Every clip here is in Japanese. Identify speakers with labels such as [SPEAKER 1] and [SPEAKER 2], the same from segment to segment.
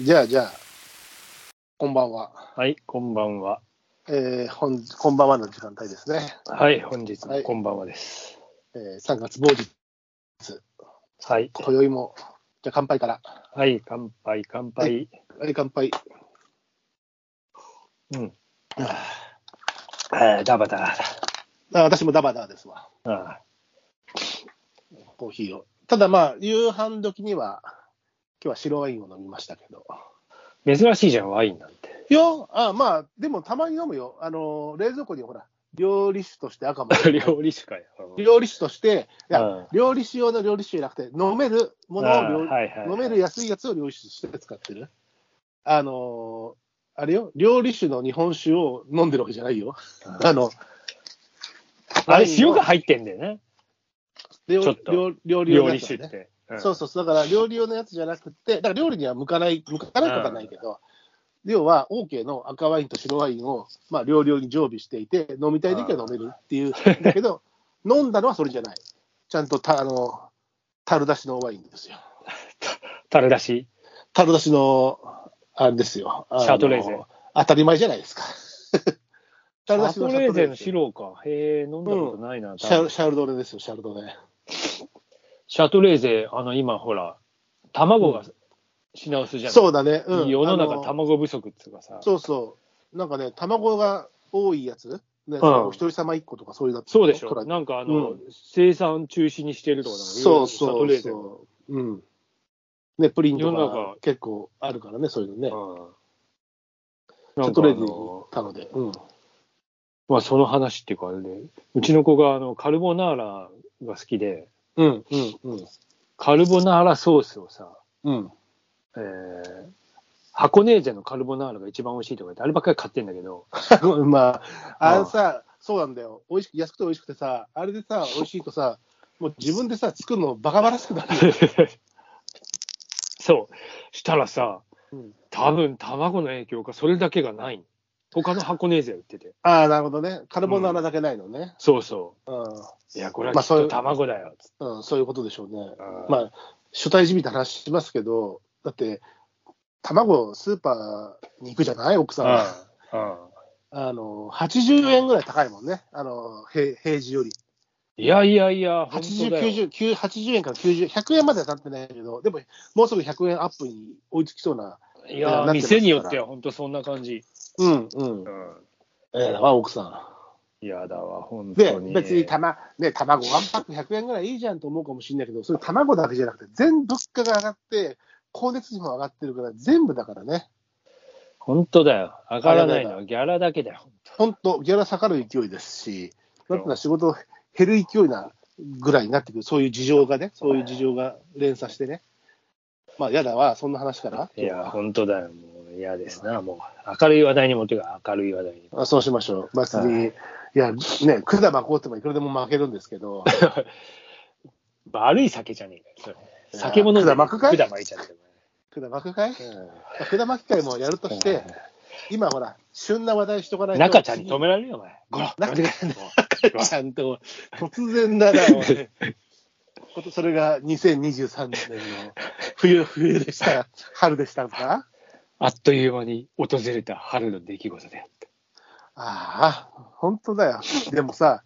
[SPEAKER 1] じゃあ、じゃあ、こんばんは。
[SPEAKER 2] はい、こんばんは。
[SPEAKER 1] えー、本こんばんはの時間帯ですね。
[SPEAKER 2] はい、本日
[SPEAKER 1] は
[SPEAKER 2] も
[SPEAKER 1] い
[SPEAKER 2] こんばんはです。
[SPEAKER 1] えー、3月某日、
[SPEAKER 2] はい、
[SPEAKER 1] 今宵も、じゃあ乾杯から。
[SPEAKER 2] はい、乾杯、乾杯。
[SPEAKER 1] はい、乾杯。
[SPEAKER 2] うん。ああ、ダバダバ
[SPEAKER 1] あ私もダバダですわ、
[SPEAKER 2] だ。あ
[SPEAKER 1] コーヒーを。ただまあ、夕飯時には、今日は白ワインを飲みましたけど。
[SPEAKER 2] あ珍しいじゃん、ワインなん て。
[SPEAKER 1] いや、あまあ、でもたまに飲むよ。あの、冷蔵庫にほら、料理酒として 赤も。
[SPEAKER 2] 料理酒かよ。うん
[SPEAKER 1] 料理酒として、いや、
[SPEAKER 2] うん
[SPEAKER 1] 料理酒用の料理酒じゃなくて、飲めるものを料
[SPEAKER 2] あーはいはい
[SPEAKER 1] 飲める安いやつを料理酒として使ってる。あのーあれよ、料理酒の日本酒を飲んでるわけじゃないよ。あの、
[SPEAKER 2] あ
[SPEAKER 1] ワ
[SPEAKER 2] れ、
[SPEAKER 1] インを
[SPEAKER 2] 塩が入ってんだよね。
[SPEAKER 1] 料
[SPEAKER 2] ちょっと
[SPEAKER 1] 料料理用
[SPEAKER 2] 料
[SPEAKER 1] のや
[SPEAKER 2] 理
[SPEAKER 1] つ
[SPEAKER 2] 酒
[SPEAKER 1] は
[SPEAKER 2] っ
[SPEAKER 1] ね。
[SPEAKER 2] て。うん
[SPEAKER 1] そうそうそう、だから料理用のやつじゃなくて、だから料理には向かない、向かないことはないけど、要は OK の赤ワインと白ワインを、まあ、料理用に常備していて、飲みたい時は飲めるっていう、だけど、飲んだのはそれじゃない。ちゃんとた、あの、樽出しのワインですよ。
[SPEAKER 2] タレだし。
[SPEAKER 1] 樽出しの、あれですよ。あの
[SPEAKER 2] シャトレーゼ
[SPEAKER 1] 当たり前じゃないですか。樽出しのシャトレ
[SPEAKER 2] シャトレーゼ
[SPEAKER 1] ー
[SPEAKER 2] の
[SPEAKER 1] ゼ。
[SPEAKER 2] 白か。へえ、飲んだことないな。
[SPEAKER 1] シ
[SPEAKER 2] 多
[SPEAKER 1] ャ
[SPEAKER 2] 分
[SPEAKER 1] ルシャルドレですよ、シャルドレ。
[SPEAKER 2] シャトレーゼ、あの、今ほら、卵が品薄じゃん。
[SPEAKER 1] そうだね。うん、
[SPEAKER 2] 世の
[SPEAKER 1] あ
[SPEAKER 2] 中、卵不足っつうかさ。
[SPEAKER 1] そうそう。なんかね、卵が多いやつ、ねお一人様一個とかそういうだ
[SPEAKER 2] そうでしょ
[SPEAKER 1] くらい
[SPEAKER 2] なんかあの、
[SPEAKER 1] うん
[SPEAKER 2] 生産中止にしてるとかなんかいろい
[SPEAKER 1] そ
[SPEAKER 2] ろ
[SPEAKER 1] う
[SPEAKER 2] シャ
[SPEAKER 1] そ
[SPEAKER 2] トレー
[SPEAKER 1] う
[SPEAKER 2] ゼ
[SPEAKER 1] そう。うん。ね、プリンと
[SPEAKER 2] 世の
[SPEAKER 1] か
[SPEAKER 2] 中
[SPEAKER 1] 結構あるからね、そういうのね。
[SPEAKER 2] うん
[SPEAKER 1] シ
[SPEAKER 2] な
[SPEAKER 1] ャ
[SPEAKER 2] ん
[SPEAKER 1] ト
[SPEAKER 2] か
[SPEAKER 1] レー
[SPEAKER 2] あ
[SPEAKER 1] ゼに行
[SPEAKER 2] の
[SPEAKER 1] っ、たので。うん。
[SPEAKER 2] まあ、その話っていうかあれで、うちの子があのカルボナーラが好きで、
[SPEAKER 1] うん、うん、うん。
[SPEAKER 2] カルボナーラソースをさ、
[SPEAKER 1] うん。
[SPEAKER 2] えー、箱根ーゼのカルボナーラが一番美味しいとか言って、あればっかり買ってんだ けど、
[SPEAKER 1] まあ、あれ
[SPEAKER 2] うん
[SPEAKER 1] さ、そうなんだよ。美味しく、安くて美味しくてさ、あれでさ、美味しいとさ、もう自分でさ、作るのバカバラしくなるよ。
[SPEAKER 2] そう、したらさ、
[SPEAKER 1] うん
[SPEAKER 2] 多分卵の影響か、それだけがないの。他の箱根ーゼは売ってて。
[SPEAKER 1] ああ、なるほどね。カルボナーラだけないのね。
[SPEAKER 2] そうそ
[SPEAKER 1] うん。
[SPEAKER 2] う。いや、これ
[SPEAKER 1] ま
[SPEAKER 2] は
[SPEAKER 1] あ
[SPEAKER 2] きっ
[SPEAKER 1] そうい
[SPEAKER 2] と
[SPEAKER 1] う
[SPEAKER 2] 卵だよ、つって。
[SPEAKER 1] うん、そういうことでしょうね。
[SPEAKER 2] うん
[SPEAKER 1] まあ、初対じみた話しますけど、だって、卵、スーパーに行くじゃない、奥さんは。
[SPEAKER 2] うんうん
[SPEAKER 1] あの80円ぐらい高いもんね、あの平平時より。
[SPEAKER 2] いやいやいや、本当
[SPEAKER 1] 80
[SPEAKER 2] だよ
[SPEAKER 1] 90 9 80円から90、100円までは経ってないけど、でも、もうすぐ100円アップに追いつきそうな、なっ
[SPEAKER 2] い
[SPEAKER 1] て
[SPEAKER 2] や
[SPEAKER 1] ま
[SPEAKER 2] ー、
[SPEAKER 1] す
[SPEAKER 2] 店によっては本当そんな感じ。
[SPEAKER 1] うんうん、ええわ、奥さ
[SPEAKER 2] いやだわ、本
[SPEAKER 1] ん。で
[SPEAKER 2] 当、に。
[SPEAKER 1] 別にた、まね、卵、ワンパック100円ぐらいいいじゃんと思うかもしれないけど、それ、卵だけじゃなくて、全部物価が上がって、光熱費も上がってるから、全部だからね。
[SPEAKER 2] 本当だよ。上がらないの
[SPEAKER 1] あ
[SPEAKER 2] はギャラだけだよ。
[SPEAKER 1] 本当、ギャラ下がる勢いですし、なんていうか仕事減る勢いなぐらいになってくる、そういう事情がね、そういう事情が連鎖してね。まあ、やだわ、そんな話から。
[SPEAKER 2] いや、本当だよ。もう嫌ですな、もう。明るい話題にも、というか明るい話題に。
[SPEAKER 1] あそうしましょう。別
[SPEAKER 2] は
[SPEAKER 1] に、いや、ね、管巻こうってもいくらでも負けるんですけど、
[SPEAKER 2] 悪い酒じゃねえかよそれ。
[SPEAKER 1] や
[SPEAKER 2] 酒も飲んで、
[SPEAKER 1] 管巻くかい
[SPEAKER 2] 管巻いちゃって。
[SPEAKER 1] 管巻くかい管巻き会もやるとして、今ほら、旬な話題しとかないと。
[SPEAKER 2] 中ちゃんに止められるよ、お前。 ごろ
[SPEAKER 1] 中
[SPEAKER 2] やめてくれもう
[SPEAKER 1] ちゃんと、突然なら、 ことそれが2023年の冬、冬でした、春でしたんですか
[SPEAKER 2] あっという間に訪れた春の出来事であった。
[SPEAKER 1] ああ、本当だよ。でもさ、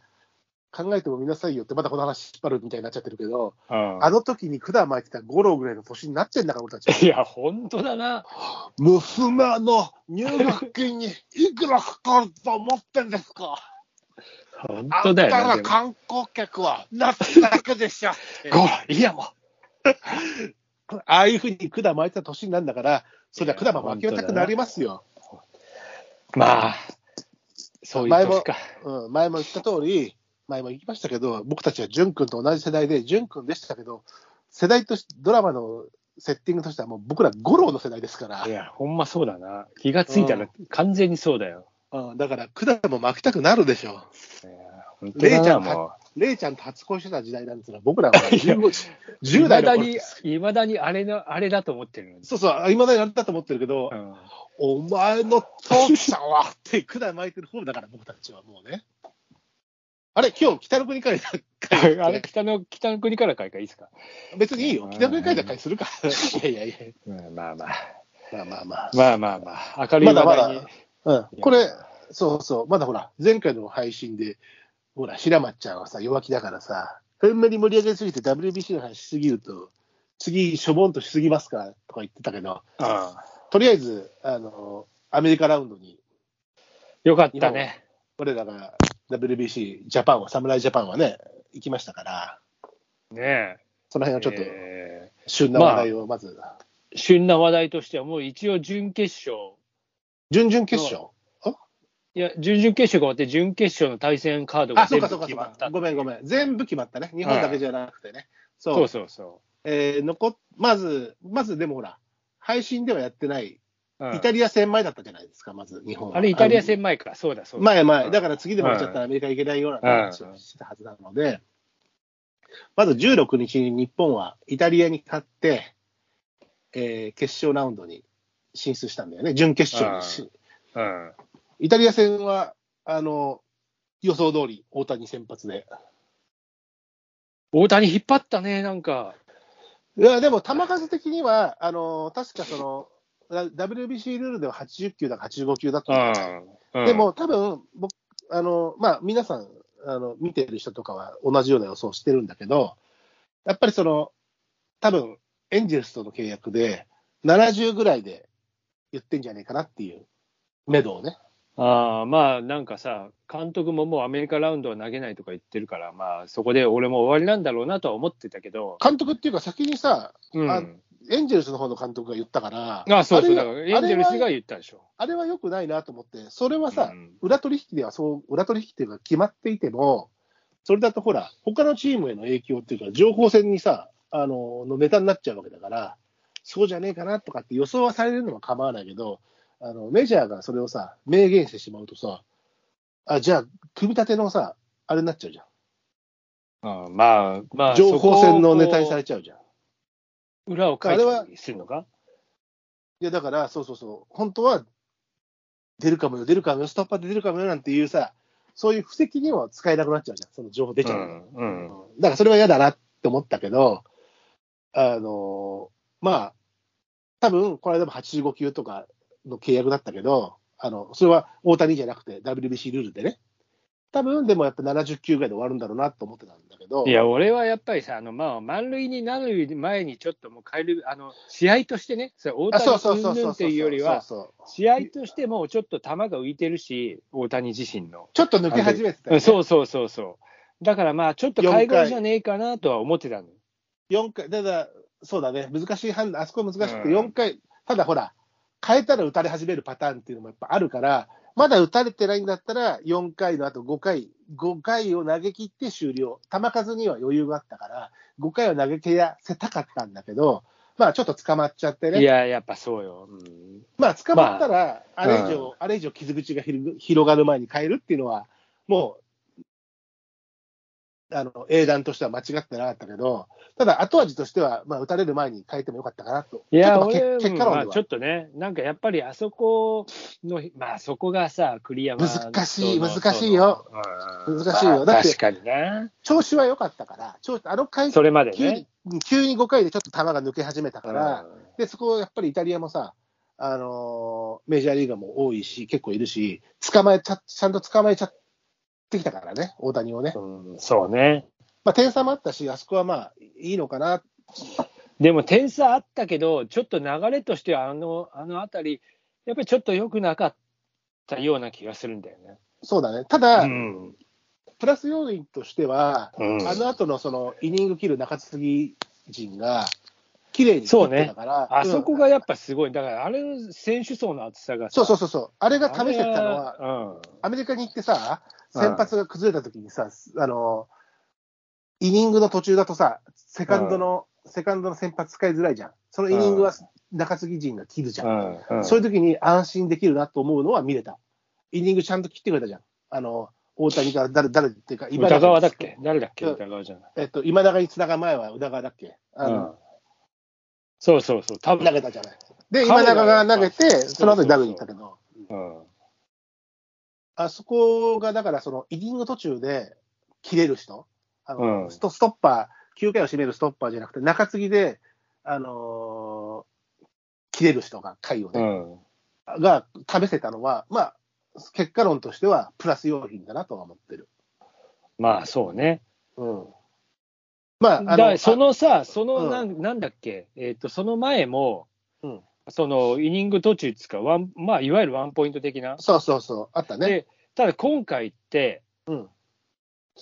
[SPEAKER 1] 考えてもみなさいよって、またこの話引っ張るみたいになっちゃってるけど、あの時に管巻いてた五郎ぐらいの年になってんだから、俺たち。
[SPEAKER 2] いや、本当だな。
[SPEAKER 1] 娘の入学金にいくらかかると思ってんですか
[SPEAKER 2] 本当だよな。でも
[SPEAKER 1] 観光客は夏だけでしょ。
[SPEAKER 2] ゴロ、いいや、もう。
[SPEAKER 1] ああいうふうに管巻いてた年になるんだから、そりゃ管巻きたくなりますよ。
[SPEAKER 2] まあ、そういう年か。
[SPEAKER 1] うん、前も言った通り、前も言いましたけど、僕たちは淳君と同じ世代で、淳君でしたけど、世代として、ドラマのセッティングとしては、もう僕ら五郎の世代ですから
[SPEAKER 2] い、や、ほんまそうだな。気がついた
[SPEAKER 1] う
[SPEAKER 2] ら完全にそうだよ。
[SPEAKER 1] うん、だから、管も巻きたくなるでしょ。
[SPEAKER 2] いや本当だ
[SPEAKER 1] レイちゃ
[SPEAKER 2] な、
[SPEAKER 1] ん
[SPEAKER 2] も
[SPEAKER 1] レイちゃんと初恋してた時代なんですが、僕らは15
[SPEAKER 2] う。 い
[SPEAKER 1] 10
[SPEAKER 2] ま
[SPEAKER 1] 代の
[SPEAKER 2] だ
[SPEAKER 1] 頃
[SPEAKER 2] に、いまだにあれの、あれだと思ってるの。
[SPEAKER 1] そうそう、今までやったと思ってるけど、
[SPEAKER 2] うん
[SPEAKER 1] お前の父さんはって管巻いてる方だから、僕たちはもうね。あれ、今日北の国会だ
[SPEAKER 2] あれ、北の、北の国からかいか、いいですか。
[SPEAKER 1] 別にいいよ、北の国会だ会するか。いやいやいや。
[SPEAKER 2] うんまあまあ。
[SPEAKER 1] まあまあまあ。
[SPEAKER 2] まあまあまあ、明る
[SPEAKER 1] ま
[SPEAKER 2] い話題に。
[SPEAKER 1] だまだうん、これ、そうそう、まだほら、前回の配信で、ほら、平松ちゃんはさ、弱気だからさ、あんまり盛り上げすぎて WBC の話しすぎると、次、しょぼんとしすぎますからとか言ってたけど、
[SPEAKER 2] ああ
[SPEAKER 1] とりあえず、あの、アメリカラウンドに、
[SPEAKER 2] よかったね。
[SPEAKER 1] 我らが WBC ジャパンは、侍ジャパンはね、行きましたから、
[SPEAKER 2] ね
[SPEAKER 1] その
[SPEAKER 2] え。
[SPEAKER 1] 辺はちょっと、
[SPEAKER 2] え
[SPEAKER 1] 旬な話題をまず、
[SPEAKER 2] ー旬な話題としては、もう一応準決勝、
[SPEAKER 1] 準々決勝。
[SPEAKER 2] いや、準々決勝が終わって、準決勝の対戦カードが
[SPEAKER 1] あ、そ
[SPEAKER 2] 全
[SPEAKER 1] う
[SPEAKER 2] 部
[SPEAKER 1] かそうか
[SPEAKER 2] 決
[SPEAKER 1] そう
[SPEAKER 2] まっ
[SPEAKER 1] か
[SPEAKER 2] た。。
[SPEAKER 1] ごめんごめん。全部決まったね。日本だけじゃなくてね。そう
[SPEAKER 2] そうそうそ
[SPEAKER 1] えー残っまず、まずでもほら、配信ではやってない、
[SPEAKER 2] う。うん
[SPEAKER 1] イタリア戦前だったじゃないですか、まず日本は
[SPEAKER 2] あれ、イタリア戦前か。そうだ、そうだ。
[SPEAKER 1] 前
[SPEAKER 2] う
[SPEAKER 1] 前、
[SPEAKER 2] ん
[SPEAKER 1] だから次で負けちゃったらアメリカ行けないような話をしてたはずなので、まず16日に日本はイタリアに勝って、えー決勝ラウンドに進出したんだよね、準決勝にし。
[SPEAKER 2] うん。
[SPEAKER 1] イタリア戦は、あの、予想通り大谷先発で。
[SPEAKER 2] 大谷引っ張ったね、なんか。
[SPEAKER 1] いや、でも球数的には、あの確かその、ラ WBC ルールでは80球だか85球だったのか
[SPEAKER 2] う
[SPEAKER 1] な。
[SPEAKER 2] ん
[SPEAKER 1] で、も、多分僕あのまあ、皆さんあの、見てる人とかは同じような予想をしてるんだけど、やっぱりその、多分エンジェルスとの契約で、70ぐらいで言ってんじゃねえかなっていう、目処をね。
[SPEAKER 2] ああまあなんかさ、監督ももうアメリカラウンドは投げないとか言ってるから、まあそこで俺も終わりなんだろうなとは思ってたけど、
[SPEAKER 1] 監督っていうか、先にさ、
[SPEAKER 2] うん、
[SPEAKER 1] あ
[SPEAKER 2] あ
[SPEAKER 1] エンジェルスの方の監督が言ったから、
[SPEAKER 2] そうそう、
[SPEAKER 1] あれ
[SPEAKER 2] だか
[SPEAKER 1] は
[SPEAKER 2] らエンジェルスが言ったでしょ。
[SPEAKER 1] あれは良くないなと思って、それはさ、
[SPEAKER 2] うん
[SPEAKER 1] 裏取引ではそう、裏取引っていうか決まっていても、それだとほら、他のチームへの影響っていうか、情報戦にさ、あの、のネタになっちゃうわけだから、そうじゃねえかなとかって予想はされるのは構わないけど、あの、メジャーがそれをさ、明言してしまうとさ、あ、じゃあ、組み立てのさ、あれになっちゃうじゃ
[SPEAKER 2] ああまあまあ、
[SPEAKER 1] ん。情報戦のネタにされ
[SPEAKER 2] て
[SPEAKER 1] ちゃうじゃん。
[SPEAKER 2] 裏を書い
[SPEAKER 1] あれは
[SPEAKER 2] たりするのか
[SPEAKER 1] いや、だから、そうそうそう、本当は、出るかもよ、出るかもよ、ストッパーで出るかもよなんていうさ、そういう布石には使えなくなっちゃうじゃん、その情報出ちゃうから、
[SPEAKER 2] うんうん
[SPEAKER 1] だからそれは嫌だなって思ったけど、あのまあ、多分この間も85球とかの契約だったけど、あのそれは大谷じゃなくて、WBC ルールでね、多分でもやっぱ70球ぐらいで終わるんだろうなと思ってたんだけど、
[SPEAKER 2] いや、俺はやっぱりさ、あのまあ、満塁になる前にちょっともう変える、あの試合としてね、それ大
[SPEAKER 1] あそうそ
[SPEAKER 2] 谷
[SPEAKER 1] うそう
[SPEAKER 2] 云
[SPEAKER 1] そ
[SPEAKER 2] 々
[SPEAKER 1] う
[SPEAKER 2] っていうよりは、
[SPEAKER 1] そうそう
[SPEAKER 2] 試合としてもうちょっと球が浮いてるし、大谷自身の。
[SPEAKER 1] ちょっと抜け始めてたよ
[SPEAKER 2] う
[SPEAKER 1] ね
[SPEAKER 2] んそうそうそうそう。だからまあ、ちょっと海外じゃねえかなとは思ってたの。
[SPEAKER 1] 四回、ただ、そうだね、難しい判断、あそこ難しくて、
[SPEAKER 2] うん
[SPEAKER 1] 4回、ただほら、変えたら打たれ始めるパターンっていうのもやっぱあるから、まだ打たれてないんだったら、4回のあと5回、5回を投げ切って終了、球数には余裕があったから、5回を投げ切らせたかったんだけど、まあちょっと捕まっちゃって
[SPEAKER 2] い
[SPEAKER 1] ね、
[SPEAKER 2] や、やっぱそうよ。うん
[SPEAKER 1] まあ捕まったら、
[SPEAKER 2] あ
[SPEAKER 1] あれ以上、あれ以上傷口がひる広がる前に変えるっていうのは、もう、あの英断としては間違ってなかったけど、ただ後味としては、まあ、打たれる前に変えてもよかったかなと。
[SPEAKER 2] いや、
[SPEAKER 1] ちょっとまあ
[SPEAKER 2] 俺、
[SPEAKER 1] 結結果
[SPEAKER 2] ま
[SPEAKER 1] 論
[SPEAKER 2] あ、
[SPEAKER 1] で
[SPEAKER 2] ちょ
[SPEAKER 1] は
[SPEAKER 2] っとね、なんかやっぱりあそこの、まあそこがさ、栗山の
[SPEAKER 1] 難しい難しいよ。
[SPEAKER 2] そのうん
[SPEAKER 1] 難しいよ
[SPEAKER 2] まあ
[SPEAKER 1] だって
[SPEAKER 2] 確かにな。
[SPEAKER 1] 調子は良かったから、調子あの回、
[SPEAKER 2] それまで
[SPEAKER 1] 急
[SPEAKER 2] ね
[SPEAKER 1] に。うん急に5回でちょっと球が抜け始めたから、
[SPEAKER 2] う
[SPEAKER 1] でそこをやっぱりイタリアもさ、あのーメジャーリーガーも多いし、結構いるし、捕まえちゃちゃんと捕まえちゃってきたからね、大谷をね。
[SPEAKER 2] んうんそうね。
[SPEAKER 1] まあ、点差もあったし、あそこはまあいいのかな、
[SPEAKER 2] でも点差あったけど、ちょっと流れとしてはあの、あの辺り、やっぱりちょっと良くなかったような気がするんだよね。
[SPEAKER 1] そうだね、ただ、
[SPEAKER 2] うん。
[SPEAKER 1] プラス要因としては、
[SPEAKER 2] うん
[SPEAKER 1] あの後のそのイニング切る中継ぎ陣が、綺麗に切ってたから、
[SPEAKER 2] あそこが
[SPEAKER 1] うん
[SPEAKER 2] やっぱすごい、だからあれの選手層の厚さがさ
[SPEAKER 1] そうそうそうそう、あれが
[SPEAKER 2] あ
[SPEAKER 1] 試
[SPEAKER 2] れ
[SPEAKER 1] してたのは、
[SPEAKER 2] は、
[SPEAKER 1] アメリカに行ってさ、
[SPEAKER 2] うん
[SPEAKER 1] 先発が崩れた時にさ、あのイニングの途中だとさ、セカンドの、セカンドの先発使いづらいじゃん、そのイニングは中継ぎ陣が切るじゃん、
[SPEAKER 2] うんうんうん、
[SPEAKER 1] そういう時に安心できるなと思うのは見れた、イニングちゃんと切ってくれたじゃん、あの大谷から誰誰っていうか、今
[SPEAKER 2] 歌川だっけ誰だっけ
[SPEAKER 1] うん
[SPEAKER 2] 歌川じゃない、
[SPEAKER 1] えっと、今永につながる前は宇田川だっけあ
[SPEAKER 2] う
[SPEAKER 1] の、
[SPEAKER 2] ん、そうそうそう多分
[SPEAKER 1] 投げたじゃない。で、今
[SPEAKER 2] 彼
[SPEAKER 1] 永
[SPEAKER 2] らが
[SPEAKER 1] が投げて、その後にダブルに行ったけど、
[SPEAKER 2] うん
[SPEAKER 1] あそこがだから、そのイニング途中で切れる人、あの
[SPEAKER 2] うん
[SPEAKER 1] ストストッパー、9回を占めるストッパーじゃなくて、中継ぎで、あのー切れる人が、貝を
[SPEAKER 2] う
[SPEAKER 1] ね、
[SPEAKER 2] ん。
[SPEAKER 1] が試せたのは、まあ、結果論としてはプラス用品だなとは思ってる。
[SPEAKER 2] まあ、そうね。
[SPEAKER 1] うん。まあ、
[SPEAKER 2] だからそのさ、その
[SPEAKER 1] うん
[SPEAKER 2] なんなんだっけ、えっと、その前も、
[SPEAKER 1] うん
[SPEAKER 2] そのイニング途中っつうかワン、まあ、いわゆるワンポイント的な。
[SPEAKER 1] そうそうそう、あったね。
[SPEAKER 2] でただ今回って
[SPEAKER 1] うん。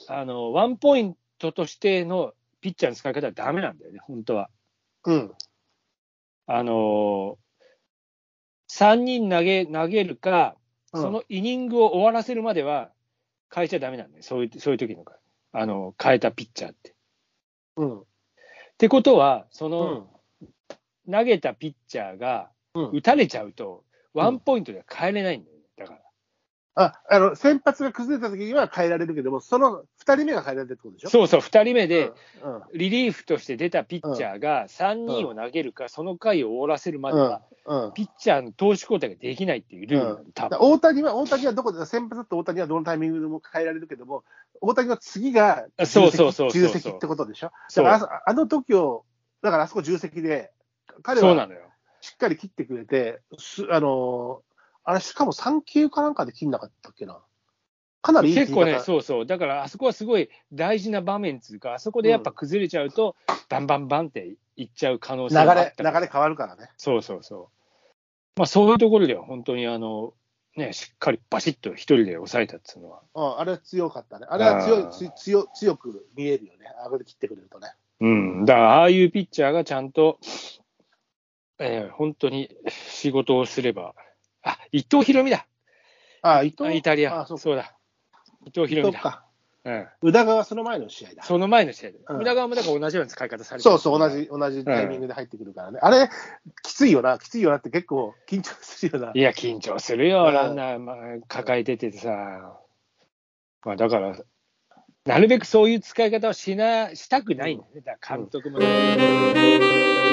[SPEAKER 2] あの、ワンポイントとしてのピッチャーの使い方はダメなんだよね、本当は。
[SPEAKER 1] うん。
[SPEAKER 2] あの3人投げ投げるか、
[SPEAKER 1] うん
[SPEAKER 2] そのイニングを終わらせるまでは変えちゃダメなんだよ、そういうそういう時のあの変えたピッチャーって。
[SPEAKER 1] うん。
[SPEAKER 2] ってことは、そうの
[SPEAKER 1] ん。
[SPEAKER 2] 投げたピッチャーが
[SPEAKER 1] うん
[SPEAKER 2] 打たれちゃうと、
[SPEAKER 1] ん
[SPEAKER 2] ワンポイントでは変えれないんだよね、だから。
[SPEAKER 1] あ、あの、先発が崩れた時には変えられるけども、その2人目が変えられるってことでしょ
[SPEAKER 2] そうそう、2人目で、
[SPEAKER 1] うん。うん
[SPEAKER 2] リリーフとして出たピッチャーが3人を投げるか、その回を終わらせるまでは、
[SPEAKER 1] うん。
[SPEAKER 2] ピッチャーの投手交代ができないっていうルールなんだ、多
[SPEAKER 1] だから
[SPEAKER 2] 分
[SPEAKER 1] 大谷は、大谷はどこで、先発だと大谷はどのタイミングでも変えられるけども、大谷は次が
[SPEAKER 2] あそうそうそうそう
[SPEAKER 1] 重責ってことでしょ
[SPEAKER 2] そ
[SPEAKER 1] だ
[SPEAKER 2] う
[SPEAKER 1] からあそあの時を、だからあそこ重責で、彼
[SPEAKER 2] そうな
[SPEAKER 1] は
[SPEAKER 2] のよ。
[SPEAKER 1] しっかり切ってくれて、すあのーあれ、しかも3球かなんかで切んなかったっけな。かなりいい切り
[SPEAKER 2] 結構
[SPEAKER 1] 方
[SPEAKER 2] ね、そうそう、だからあそこはすごい大事な場面っていうか、あそこでやっぱ崩れちゃうと、バンバンバンっていっちゃう可能性
[SPEAKER 1] 流
[SPEAKER 2] があ
[SPEAKER 1] れ、
[SPEAKER 2] ったから
[SPEAKER 1] 流れ変わるからね。
[SPEAKER 2] そうそうそう。まあ、そういうところでは本当にあの、ね、しっかりバシッと一人で抑えたっていうのは、
[SPEAKER 1] うん、あれは強かったね。あれは強
[SPEAKER 2] あー
[SPEAKER 1] い、つ強強く見えるよね。あれで切ってくれるとね。
[SPEAKER 2] うん、だからああいうピッチャーがちゃんと、えー本当に仕事をすれば、あ伊藤博美だ、
[SPEAKER 1] あー、伊
[SPEAKER 2] あ
[SPEAKER 1] 藤
[SPEAKER 2] イタリア、
[SPEAKER 1] あー、
[SPEAKER 2] そ
[SPEAKER 1] そううか。
[SPEAKER 2] だ、伊藤
[SPEAKER 1] 伊
[SPEAKER 2] 博美
[SPEAKER 1] 藤
[SPEAKER 2] だ、
[SPEAKER 1] か。
[SPEAKER 2] うん、
[SPEAKER 1] 宇田川その前の試合だ。
[SPEAKER 2] その前の試合で、
[SPEAKER 1] うん
[SPEAKER 2] 宇田川もだから同じような使い方されて
[SPEAKER 1] そうそう、同
[SPEAKER 2] じ。
[SPEAKER 1] じ、同じタイミングで入ってくるからね。あれ、きついよな、きついよなって結構緊張するよな。
[SPEAKER 2] いや、緊張するよ、
[SPEAKER 1] うん
[SPEAKER 2] ランナー、まあ、抱えててさ、まあ、だから、なるべくそういう使い方をしなしたくないんだよね、だから監督もね。